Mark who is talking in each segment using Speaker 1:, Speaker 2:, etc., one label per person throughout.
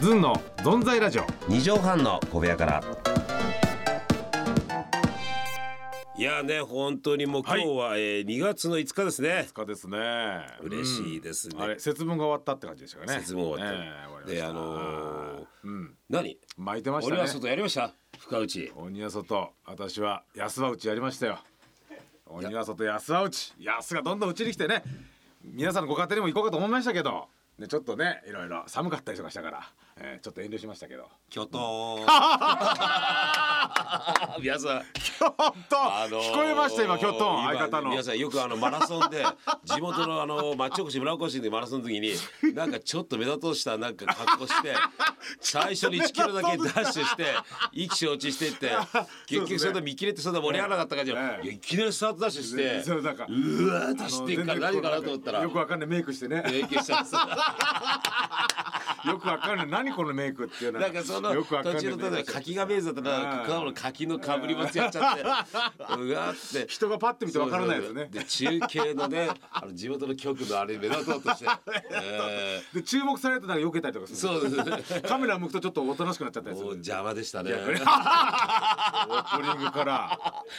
Speaker 1: ずんのぞんざいラジオ
Speaker 2: 二畳半の小部屋から。いやね本当にもう今
Speaker 1: はい
Speaker 2: 日は、えー2月の5日ですね。
Speaker 1: かですね
Speaker 2: 嬉しいですね
Speaker 1: うんあれ節分が終わったって感じでしたかね
Speaker 2: 節分終わった
Speaker 1: ええ終わりまし
Speaker 2: で
Speaker 1: た
Speaker 2: あのー
Speaker 1: うん
Speaker 2: 何？
Speaker 1: 巻いてました
Speaker 2: 俺は
Speaker 1: ね
Speaker 2: 外やりました。深打ち。
Speaker 1: 鬼は外私は安は内やりましたよ鬼は外安は内安がどんどんうちに来てね皆さんのご家庭にも行こうかと思いましたけどねちょっとねいろいろ寒かったりとかしたから、えー、ちょっと遠慮しましたけ ど
Speaker 2: キョ トーン。皆さん。
Speaker 1: きょっと、聞こえました今きょっとん
Speaker 2: 今
Speaker 1: 相方の
Speaker 2: 皆さんよくあのマラソンで 地元のあの町おこし村おこしでマラソンの 時になんかちょっと目立とうしたなんか格好して最初に1キロだけダッシュして意気承知して って結局それで見切れてそんな盛り上がらなかった感じで、
Speaker 1: ええ
Speaker 2: いやいきなりスタートダッシュして
Speaker 1: ねそうなんか
Speaker 2: うわーっと走っていくから
Speaker 1: あの
Speaker 2: 何かなと思ったら
Speaker 1: よくわかんないメイクしてね
Speaker 2: 影響したんですよ
Speaker 1: よくわかんない何このメイクっていうのは
Speaker 2: なんかその
Speaker 1: よくわかん
Speaker 2: 途
Speaker 1: ない
Speaker 2: 中の例えば柿がベースだった
Speaker 1: う
Speaker 2: ら
Speaker 1: ん
Speaker 2: 果物柿のかぶりもつや っちゃってうわーって
Speaker 1: 人がパッて見てわからないですね
Speaker 2: そうそうで中継のね、 あの地元の局のあれ目立とうと して。えー
Speaker 1: で注目されるとなんか避けたりとかする
Speaker 2: そうですね。
Speaker 1: カメラ向くとちょっとおとなしくなっちゃったり
Speaker 2: も
Speaker 1: す
Speaker 2: う
Speaker 1: る
Speaker 2: 邪魔でしたね。
Speaker 1: オープニングから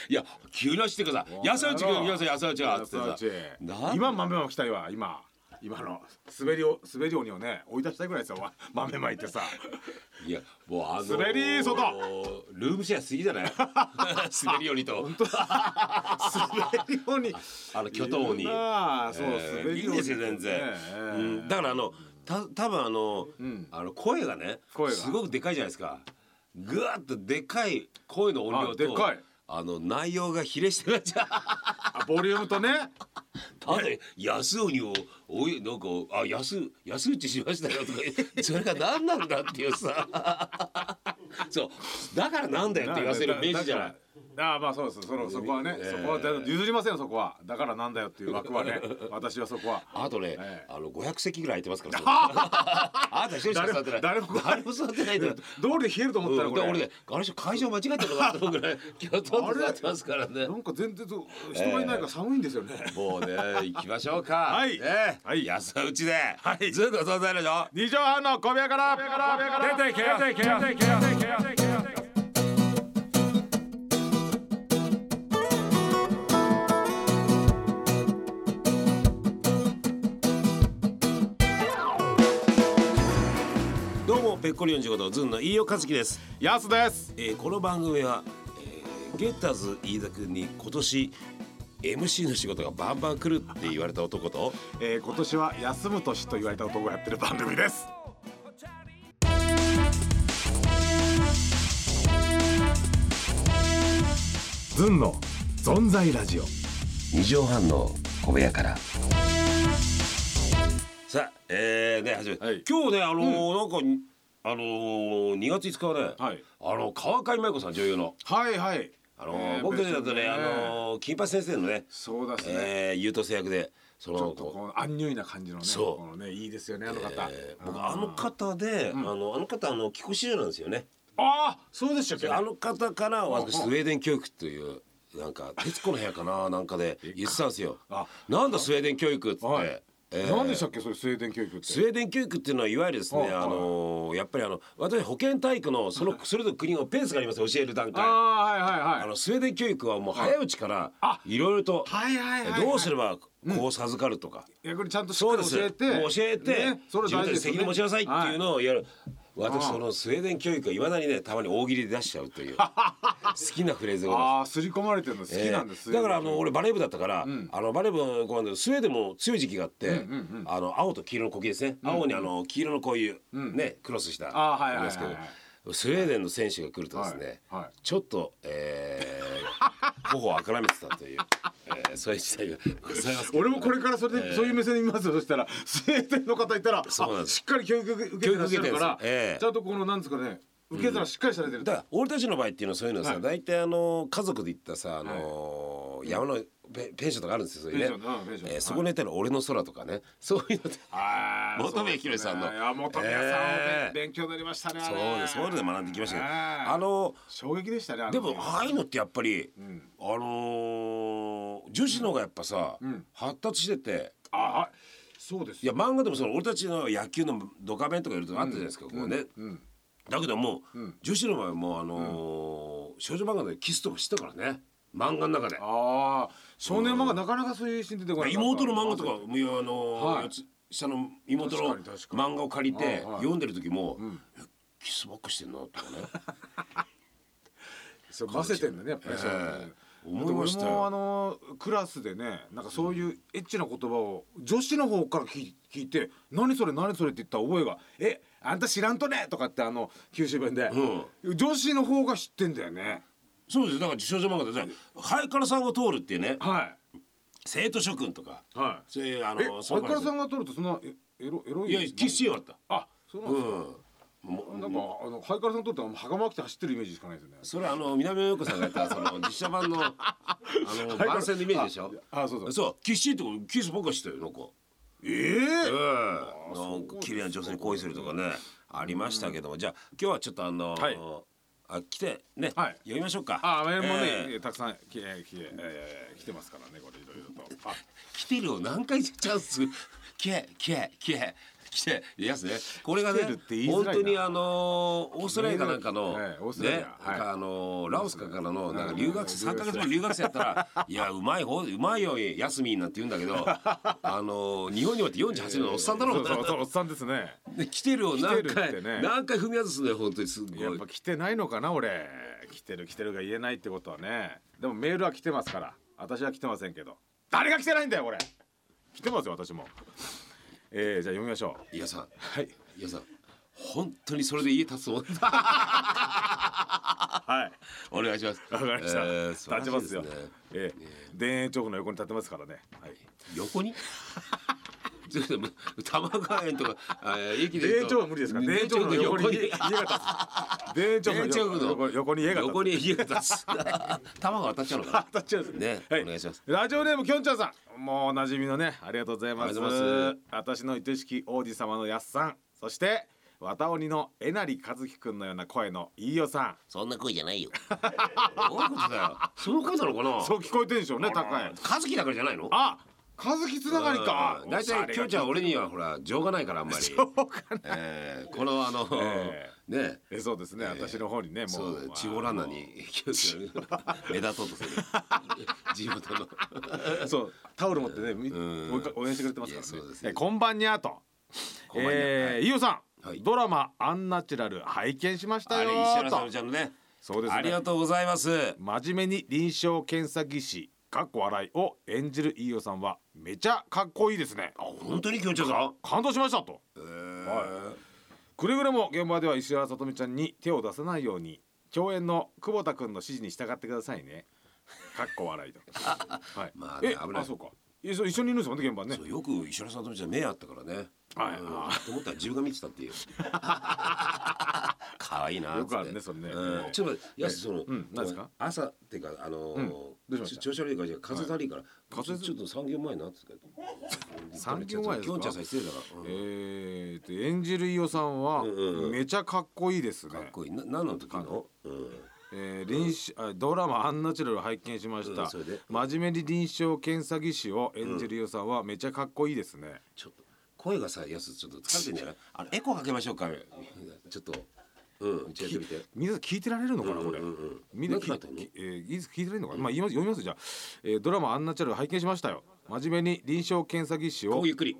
Speaker 2: いや、急に走ってください。安内君、安内、安内がっつってさ
Speaker 1: 安内
Speaker 2: なん
Speaker 1: 今豆まきたいわ今今の滑りを滑り鬼をね追い出したいぐらいですよわ豆まい てさ
Speaker 2: いや、もうあのー
Speaker 1: 滑り外
Speaker 2: ルームシェアすぎじゃない 滑り降りと。
Speaker 1: 滑り鬼
Speaker 2: あの、巨頭に。
Speaker 1: ああそう
Speaker 2: えー
Speaker 1: 滑り鬼
Speaker 2: いいんですよ、全然。
Speaker 1: ねえ
Speaker 2: うんだからあの、た多分あの、あの声がね
Speaker 1: 声が
Speaker 2: すごくでかいじゃないですか。ぐわっとでかい声の音量
Speaker 1: あで
Speaker 2: と、
Speaker 1: かい
Speaker 2: あの内容が比例してるじゃん。
Speaker 1: あボリュームとね
Speaker 2: ただ 安尾にをおいなんかあ安安打ちしましたよとか言うそれが何なんだっていうさ そうだからなんだよって言わせる名詞じゃない
Speaker 1: ああまあそうですそのそこはね、
Speaker 2: ええ
Speaker 1: そこはだ譲りませんよそこはだからなんだよっていう枠はね私はそこは
Speaker 2: あとね、
Speaker 1: ええ
Speaker 2: あの500席ぐら い空いてますからそうあなた一人しか座ってない
Speaker 1: 誰も誰も
Speaker 2: 誰も座ってないんだよ
Speaker 1: どうりで冷えると思ったら
Speaker 2: うん、
Speaker 1: こ
Speaker 2: で
Speaker 1: れ、
Speaker 2: 俺ねあの人会場間違えたのかなと思うぐ らい今日とんで座ってますからね
Speaker 1: なんか全然そう人がいないから寒いんですよね、
Speaker 2: もうね行きましょうか
Speaker 1: はい
Speaker 2: ね、
Speaker 1: はい
Speaker 2: 安打ちで、はい、ずっと存在でしょ
Speaker 1: 二畳半の小部屋から出ていけよ
Speaker 2: どうもペッコリ45度ずんの飯尾和樹です、
Speaker 1: やすです
Speaker 2: えー、この番組は、えー、ゲッターズ飯田君に今年 MC の仕事がバンバン来るって言われた男と
Speaker 1: えー、今年は休む年と言われた男がやってる番組ですずんの存在ラジオ
Speaker 2: 二畳半の小部屋から。さあ、えー、ね、始め、
Speaker 1: はい
Speaker 2: 今日ね、あのーなんか、あのー、2月5日はね、
Speaker 1: はい
Speaker 2: あの、川上麻衣子さん、女優の。
Speaker 1: はいはい
Speaker 2: あのー僕たちだとね、あのー、金八先生のね、
Speaker 1: そうですね、
Speaker 2: えー、優等生役で、そ
Speaker 1: ちょ
Speaker 2: の
Speaker 1: っと、こうアンニュイな感じのね
Speaker 2: そ
Speaker 1: こ
Speaker 2: う
Speaker 1: のねいいですよねあの方、
Speaker 2: えー僕あの方で、あのあの方あの帰国子女なんですよね。
Speaker 1: ああそうでしたっけ
Speaker 2: であの方から私スウェーデン教育というなんか『徹子の部屋』かななんかで言ってたんですよ
Speaker 1: あ。
Speaker 2: なんだスウェーデン教育っつって、
Speaker 1: はい
Speaker 2: えー
Speaker 1: 何でしたっけそれスウェーデン教育って
Speaker 2: スウェーデン教育っていうのはいわゆるですね、
Speaker 1: はいはい
Speaker 2: あのーやっぱりあの私保健体育のそのそれぞれ国のペースがあります教える段階。あ
Speaker 1: ああはいはいはい
Speaker 2: のスウェーデン教育はもう早いうちから
Speaker 1: あ
Speaker 2: いろいろと
Speaker 1: はいはいはいはい
Speaker 2: どうすればこう授かるとか、
Speaker 1: 逆にちゃんとしっ
Speaker 2: そう
Speaker 1: かり
Speaker 2: です
Speaker 1: 教えて
Speaker 2: もう教えて、
Speaker 1: ね、それ
Speaker 2: 自
Speaker 1: 大事で
Speaker 2: 分たちで
Speaker 1: よ
Speaker 2: す責
Speaker 1: ね
Speaker 2: 任持ちなさいっていうのをやる、私
Speaker 1: ああ
Speaker 2: そのスウェーデン教育はいまだにねたまに大喜利で出しちゃうとい う好きなフレーズがござい
Speaker 1: ああ
Speaker 2: ます
Speaker 1: 刷り込まれてるの好きなんです、
Speaker 2: えーだからあの俺バレー部だったから、あのバレー部の子なんだけどスウェーデンも強い時期があって、あの青と黄色の国旗ですね、青にあの黄色のこういう、ねクロスした
Speaker 1: あーはいはいはい
Speaker 2: ですけどスウェーデンの選手が来るとですね、
Speaker 1: はいはい
Speaker 2: ちょっと、え ー、頬をあからめてたという、えー、そういう時代がございますけど
Speaker 1: 俺もこれからそれで、そういう目線で見ますよそしたらスウェーデンの方いたら
Speaker 2: そうなんです
Speaker 1: あしっかり教育受けてらっしゃるから、
Speaker 2: 教育受けてるんですよええ
Speaker 1: ちゃんとこのなんですかね受け皿しっかりされてる、
Speaker 2: だから俺たちの場合っていうのはそういうのさ、
Speaker 1: はい
Speaker 2: 大体あの家族で行ったさあのー山のペペンションとかあるんですよそういうね
Speaker 1: ペンションうんペンション
Speaker 2: えーそこにいたら俺の空とかねそういうので
Speaker 1: あー
Speaker 2: 本部博さんの
Speaker 1: そうですねいや元部さんはね
Speaker 2: ええ
Speaker 1: 勉強になりましたねあ
Speaker 2: そう
Speaker 1: れ
Speaker 2: ですそういうので学んできましたけど、
Speaker 1: ね
Speaker 2: あの
Speaker 1: 衝撃でしたねあの
Speaker 2: でもああいうのってやっぱり、あのー女子の方がやっぱさ、発達してて
Speaker 1: あそうです
Speaker 2: いや漫画でもその俺たちの野球のドカベンとかいろいろあったじゃないですか、こうね、
Speaker 1: うん
Speaker 2: だけどもう、
Speaker 1: うん
Speaker 2: 女子の場合はもうあのー少女漫画でキスとかしてたからね漫画の中で
Speaker 1: ああ少年漫画なかなかそういうシーン出てこない
Speaker 2: 妹の漫画とかもうあのー
Speaker 1: はい
Speaker 2: 四つ下の妹の
Speaker 1: 確かに確かに
Speaker 2: 漫画を借りて
Speaker 1: ああはい
Speaker 2: 読んでる時も、キスばっかしてんなとか ね
Speaker 1: そう混ぜてんだねやっぱり、
Speaker 2: ええ
Speaker 1: そう
Speaker 2: 思いましたよ
Speaker 1: 俺もあのクラスでねなんかそういうエッチな言葉を女子の方から聞い聞いて「何それ何それ」って言った覚えが「えあんた知らんとね」とかってあの九州弁で、女子の方が知ってんだよね
Speaker 2: そうですだから少女漫画でさ「ハイカラさんが通る」っていうね
Speaker 1: は
Speaker 2: 生徒諸君とか
Speaker 1: いは
Speaker 2: そういうあの
Speaker 1: え
Speaker 2: ーそう
Speaker 1: 相
Speaker 2: い
Speaker 1: 川
Speaker 2: う感じ
Speaker 1: さんが撮るとそんなエエロエロい
Speaker 2: いやキスしようだった
Speaker 1: あそうなん
Speaker 2: う
Speaker 1: で
Speaker 2: ん
Speaker 1: すか、
Speaker 2: もう
Speaker 1: なんかあのハイカラさんにとっては袴着て走ってるイメージしかないですよね。
Speaker 2: それはあの南野陽子さんがやったその実写版のあの番宣のイメージでしょ
Speaker 1: ああそうそう。
Speaker 2: そうキスシーンとかキスばっかしてたよなんか
Speaker 1: ええ
Speaker 2: ええな
Speaker 1: そ
Speaker 2: ん
Speaker 1: う
Speaker 2: か綺麗な女性に恋するとかねありましたけどもじゃあ今日はちょっとあの、
Speaker 1: はい
Speaker 2: あ来てね、
Speaker 1: はい
Speaker 2: 読みましょうか
Speaker 1: あメールもね、
Speaker 2: ええ
Speaker 1: たくさんき、えーきえー来てますからねこれいろいろと。あ
Speaker 2: 来てるを何回チャンス来て来て来て来ていやすねこれがね
Speaker 1: 来てるって言いづ
Speaker 2: 本
Speaker 1: らいな
Speaker 2: 当にあのーオーストラリアかなんかの、
Speaker 1: ええオーストラリア
Speaker 2: ね
Speaker 1: はい
Speaker 2: なんかあのーラオスかからのなんか留学生
Speaker 1: うん
Speaker 2: 3ヶ月前留学生やったら 「いやうまい方うまいよ休み」なんて言うんだ けどあのー日本におって48年のおっさんだろ
Speaker 1: そうそうそうおっさんですね。
Speaker 2: で来てるを何
Speaker 1: 来てるって
Speaker 2: 回、
Speaker 1: ね
Speaker 2: 何回踏み外すのよ本当にすごい
Speaker 1: やっぱ来てないのかな俺。来てる来てるが言えないってことはね。でもメールは来てますから。私は来てませんけど。誰が来てないんだよ俺。来てますよ私も。えー、じゃあ読みましょう。
Speaker 2: 伊賀さん
Speaker 1: はい
Speaker 2: 伊賀さん本当にそれで家建つと思った
Speaker 1: はい。
Speaker 2: お願いします
Speaker 1: わかりました。
Speaker 2: えー
Speaker 1: 立
Speaker 2: 素晴らし
Speaker 1: ち
Speaker 2: い
Speaker 1: ますよ。
Speaker 2: ですね
Speaker 1: ええ田園調布の横に立てますからね。はい。
Speaker 2: 横 にちょっともう多摩川園とかえー駅
Speaker 1: 田
Speaker 2: で言
Speaker 1: 園
Speaker 2: う
Speaker 1: 調
Speaker 2: と
Speaker 1: 布は無理ですから。
Speaker 2: 田
Speaker 1: 田園
Speaker 2: 園
Speaker 1: 調
Speaker 2: 調
Speaker 1: 布
Speaker 2: 布
Speaker 1: の
Speaker 2: の
Speaker 1: 横
Speaker 2: 横
Speaker 1: に
Speaker 2: に
Speaker 1: 家が立つ。田
Speaker 2: 田
Speaker 1: 園
Speaker 2: 園
Speaker 1: 調布の横横に家が立つ。
Speaker 2: 調布の横に家が建つ 多摩川当たっちゃうのかな
Speaker 1: 当たっちゃうんです
Speaker 2: ねお願いします
Speaker 1: ラジオネームきょんちゃんさんもうおなじみのねありがとうございます
Speaker 2: ありがとうございます
Speaker 1: 私の愛しき王子様のやっさんそして綿鬼のえなりかずきくんのような声の飯尾さ
Speaker 2: そんな声じゃないよ どういうことだよその声なのかなん
Speaker 1: そう聞こえてるんでしょうね高い
Speaker 2: 和樹だからじゃないの
Speaker 1: あかずきつながりか
Speaker 2: うん大体きょうちゃんは俺にはほら情がないからあん まりえーこのあの
Speaker 1: え
Speaker 2: ね
Speaker 1: えそうですね、私の方にね
Speaker 2: そ
Speaker 1: も
Speaker 2: う
Speaker 1: う
Speaker 2: だよ地方ランナーにきょうちゃん目立とうと する地元の
Speaker 1: そうタオル持ってね、み
Speaker 2: うん
Speaker 1: 追いか応援してくれてますから
Speaker 2: いや
Speaker 1: ね
Speaker 2: そうですね
Speaker 1: えこんばんにゃーと
Speaker 2: こんばんにゃー
Speaker 1: えー飯尾さん、
Speaker 2: はい
Speaker 1: ドラマアンナチュラル拝見しました
Speaker 2: あ
Speaker 1: よ
Speaker 2: れ
Speaker 1: ー
Speaker 2: 石原
Speaker 1: と
Speaker 2: さとみちゃんのね
Speaker 1: そうですね
Speaker 2: ありがとうございます
Speaker 1: 真面目に臨床検査技師かっこ笑いを演じる飯尾さんはめちゃかっこいいですね
Speaker 2: 本当にきょうちゃんさん
Speaker 1: 感動しましたと
Speaker 2: は
Speaker 1: くれぐれも現場では石原さとみちゃんに手を出さないように共演の久保田君の指示に従ってくださいねかっこ笑い とはい、
Speaker 2: まあね
Speaker 1: え
Speaker 2: 危ない
Speaker 1: あそうかえそう一緒にいるんですもんね現場ね
Speaker 2: い。よく石原さとみちゃん目あったからね。
Speaker 1: はい
Speaker 2: うんと思ったら自分が見てたっていう。 可愛いな。
Speaker 1: よくあるね
Speaker 2: つ
Speaker 1: そ
Speaker 2: って
Speaker 1: れね
Speaker 2: うん
Speaker 1: ええ
Speaker 2: ちょっと待って、やすその
Speaker 1: うん何ですか
Speaker 2: 朝っていうかあのー
Speaker 1: んどうしました
Speaker 2: ちょ調子悪いからじゃあ風邪悪いから。
Speaker 1: 風邪
Speaker 2: ちょっと産業前なって 言うから。
Speaker 1: 産業前ですか
Speaker 2: きょんちゃんさん失礼だから。うん
Speaker 1: えー、と演じる飯尾さんは
Speaker 2: うんうんうん
Speaker 1: めちゃかっこいいですね、
Speaker 2: かっこいい。な何の時の？うん
Speaker 1: えー臨床あドラマ「アンナチュラル」拝見しました、
Speaker 2: うんそれで
Speaker 1: 真面目に臨床検査技師を演じるよさんはめちゃかっこいいですね、
Speaker 2: ちょっと声がさやすちょっと疲れてんじゃない？あのエコーかけましょうか。ちょっとうん打ち上げてみて。
Speaker 1: みんな聞いてられるのかなこれ、
Speaker 2: うんうんうん
Speaker 1: みんな聞
Speaker 2: ないん
Speaker 1: て
Speaker 2: かあったの
Speaker 1: えー、いつ聞いてられるのかな、まあ言います読みますじゃあ、えードラマ「アンナチュラル」拝見しましたよ真面目に臨床検査技師
Speaker 2: こ
Speaker 1: を
Speaker 2: うゆっくり。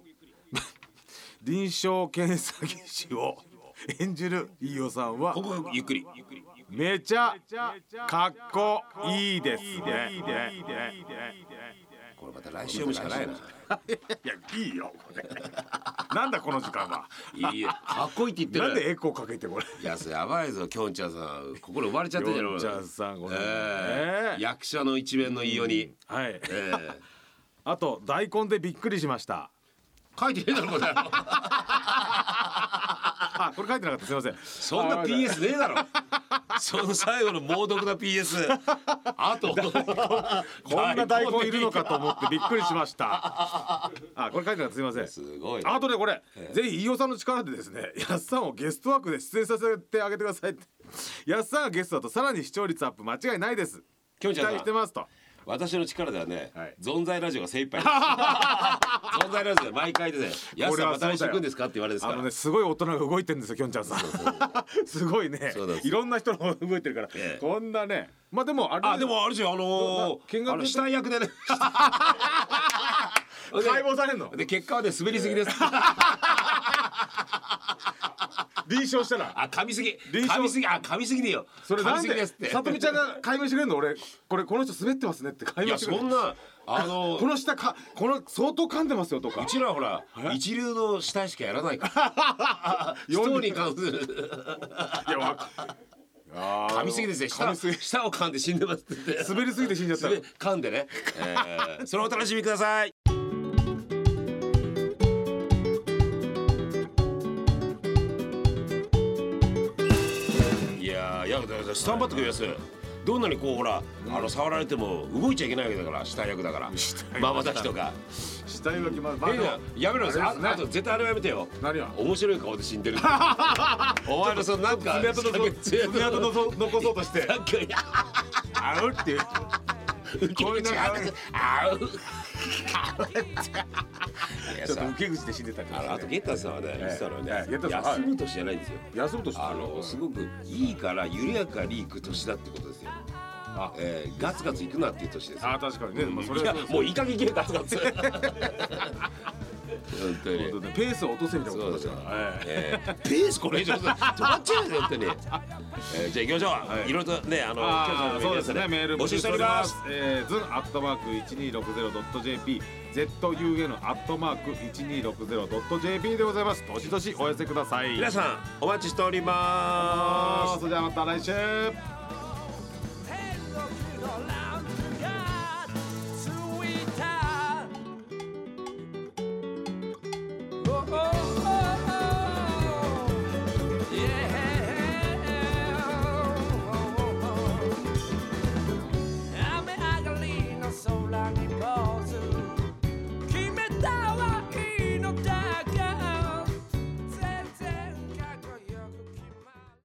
Speaker 1: 臨床検査技師を演じる飯尾さんは
Speaker 2: ここゆっくり。
Speaker 1: めちゃかっこいいですねいいねいいね
Speaker 2: これまた来週もしかないな。
Speaker 1: いやいいよこれなんだこの時間 はい
Speaker 2: いえ、かっこいいって言ってる。
Speaker 1: なんでエコーかけてこれ
Speaker 2: いや、それやばいぞ、きょんちゃんさん、心奪われちゃってんじゃない。
Speaker 1: きょんちゃんさんごめんね
Speaker 2: ええ役者の一面のいいように。
Speaker 1: はい
Speaker 2: ええ
Speaker 1: あと大根でびっくりしました
Speaker 2: 書いてねえだろ、これ。
Speaker 1: あこれ書いてなかったすいません
Speaker 2: そんな
Speaker 1: あ
Speaker 2: P. S. ねえ だろ。その最後の猛毒な P. S.。あ と。
Speaker 1: こんな 大根いるのかと思ってびっくりしましたあこれ書いてなかったすいません
Speaker 2: すごい。
Speaker 1: あとでこれ、ぜひ飯尾さんの力でですね やっさんをゲスト枠で出演させて あげてくださいってやっさんがゲストだとさらに視聴率アップ間違いないです
Speaker 2: きょんち
Speaker 1: 期
Speaker 2: ゃんさん
Speaker 1: 待してますと
Speaker 2: 私の力ではね、
Speaker 1: はい
Speaker 2: 存在ラジオが精一杯です 存在ラジオで毎回でね「やすさんまた来週行くんですか?」って言われるんです
Speaker 1: あ
Speaker 2: か
Speaker 1: の
Speaker 2: ら、
Speaker 1: ねすごい大人が動いてるんですよきょんちゃんさん すごいね
Speaker 2: そうなんです
Speaker 1: いろんな人の動いてるから、
Speaker 2: ええ
Speaker 1: こんなねまあでもあれ
Speaker 2: あでもあれじゃんあの
Speaker 1: どん
Speaker 2: ー、
Speaker 1: な
Speaker 2: あの死体役でね
Speaker 1: 解剖されんの
Speaker 2: で結果はね滑りす ぎです、
Speaker 1: 臨床したら
Speaker 2: あ噛みすぎ
Speaker 1: 臨床
Speaker 2: 噛みすぎあ噛みすぎでいいよ
Speaker 1: それ
Speaker 2: 噛
Speaker 1: な
Speaker 2: み
Speaker 1: ん
Speaker 2: すぎで
Speaker 1: です
Speaker 2: って
Speaker 1: さとみちゃんが解明してくれるの俺これこの人滑ってますねって解
Speaker 2: い
Speaker 1: 明
Speaker 2: や
Speaker 1: してくれ
Speaker 2: そ
Speaker 1: る
Speaker 2: んなあの
Speaker 1: この下かこの相当噛んでますよとか
Speaker 2: うちらはほら一流の死体しかやらないから 人に関する
Speaker 1: いやわあー
Speaker 2: 噛みすぎですよ
Speaker 1: 噛
Speaker 2: 舌
Speaker 1: みすぎ
Speaker 2: 舌を噛んで死んでますって言って
Speaker 1: 滑りすぎて死んじゃった
Speaker 2: 滑噛んでね、え ー、それをお楽しみくださいいやーいやだからスタンバってくれますどんなにこうほら、あの触られても動いちゃいけないわけだから下役だから
Speaker 1: 下役
Speaker 2: まばたきとか
Speaker 1: 死体は決まるまあ
Speaker 2: え
Speaker 1: でも
Speaker 2: ややめろよ
Speaker 1: あ
Speaker 2: あ
Speaker 1: れですね
Speaker 2: あと絶対あれはやめてよ
Speaker 1: 何が
Speaker 2: 面白い顔で 死んでるお前のそのなんか
Speaker 1: 爪痕の爪痕の残そうと して
Speaker 2: さっきはいや
Speaker 1: あうっていう
Speaker 2: 気持ち悪いあういや
Speaker 1: ちょっと
Speaker 2: さ
Speaker 1: 受け口で死んでたりと
Speaker 2: あ
Speaker 1: か
Speaker 2: のあとゲッターさんはね、言ってたのはね
Speaker 1: ええゲッターさんはい
Speaker 2: 休む年じゃないんですよ。
Speaker 1: 休むとして
Speaker 2: あのすごくいいから緩やかに行く年だってことですよ。
Speaker 1: あ
Speaker 2: えー、ガツガツ行くなっていう年ですよ。
Speaker 1: あー確かにね、まあ、それ
Speaker 2: いや
Speaker 1: はそう
Speaker 2: もういい加減行けガツガ ツ。本
Speaker 1: と
Speaker 2: 当
Speaker 1: いうこと
Speaker 2: に。
Speaker 1: でペースを落とせみたいな
Speaker 2: そ
Speaker 1: こ
Speaker 2: う
Speaker 1: とですす
Speaker 2: でよ
Speaker 1: から、。え
Speaker 2: えー、ペースこれ以上止まっちゃうよ本当に。えー、じゃあ行きましょう。
Speaker 1: はい
Speaker 2: い、ろいろとねあの
Speaker 1: あーそうで
Speaker 2: 今日
Speaker 1: す
Speaker 2: の
Speaker 1: ねメール
Speaker 2: 募集しております。。
Speaker 1: えー、ズンアットマーク 1260.jp zun アットマーク 1260.jp でございますどしどしお寄せください
Speaker 2: 皆さんお待ちしております
Speaker 1: あ。ーそれではまた来週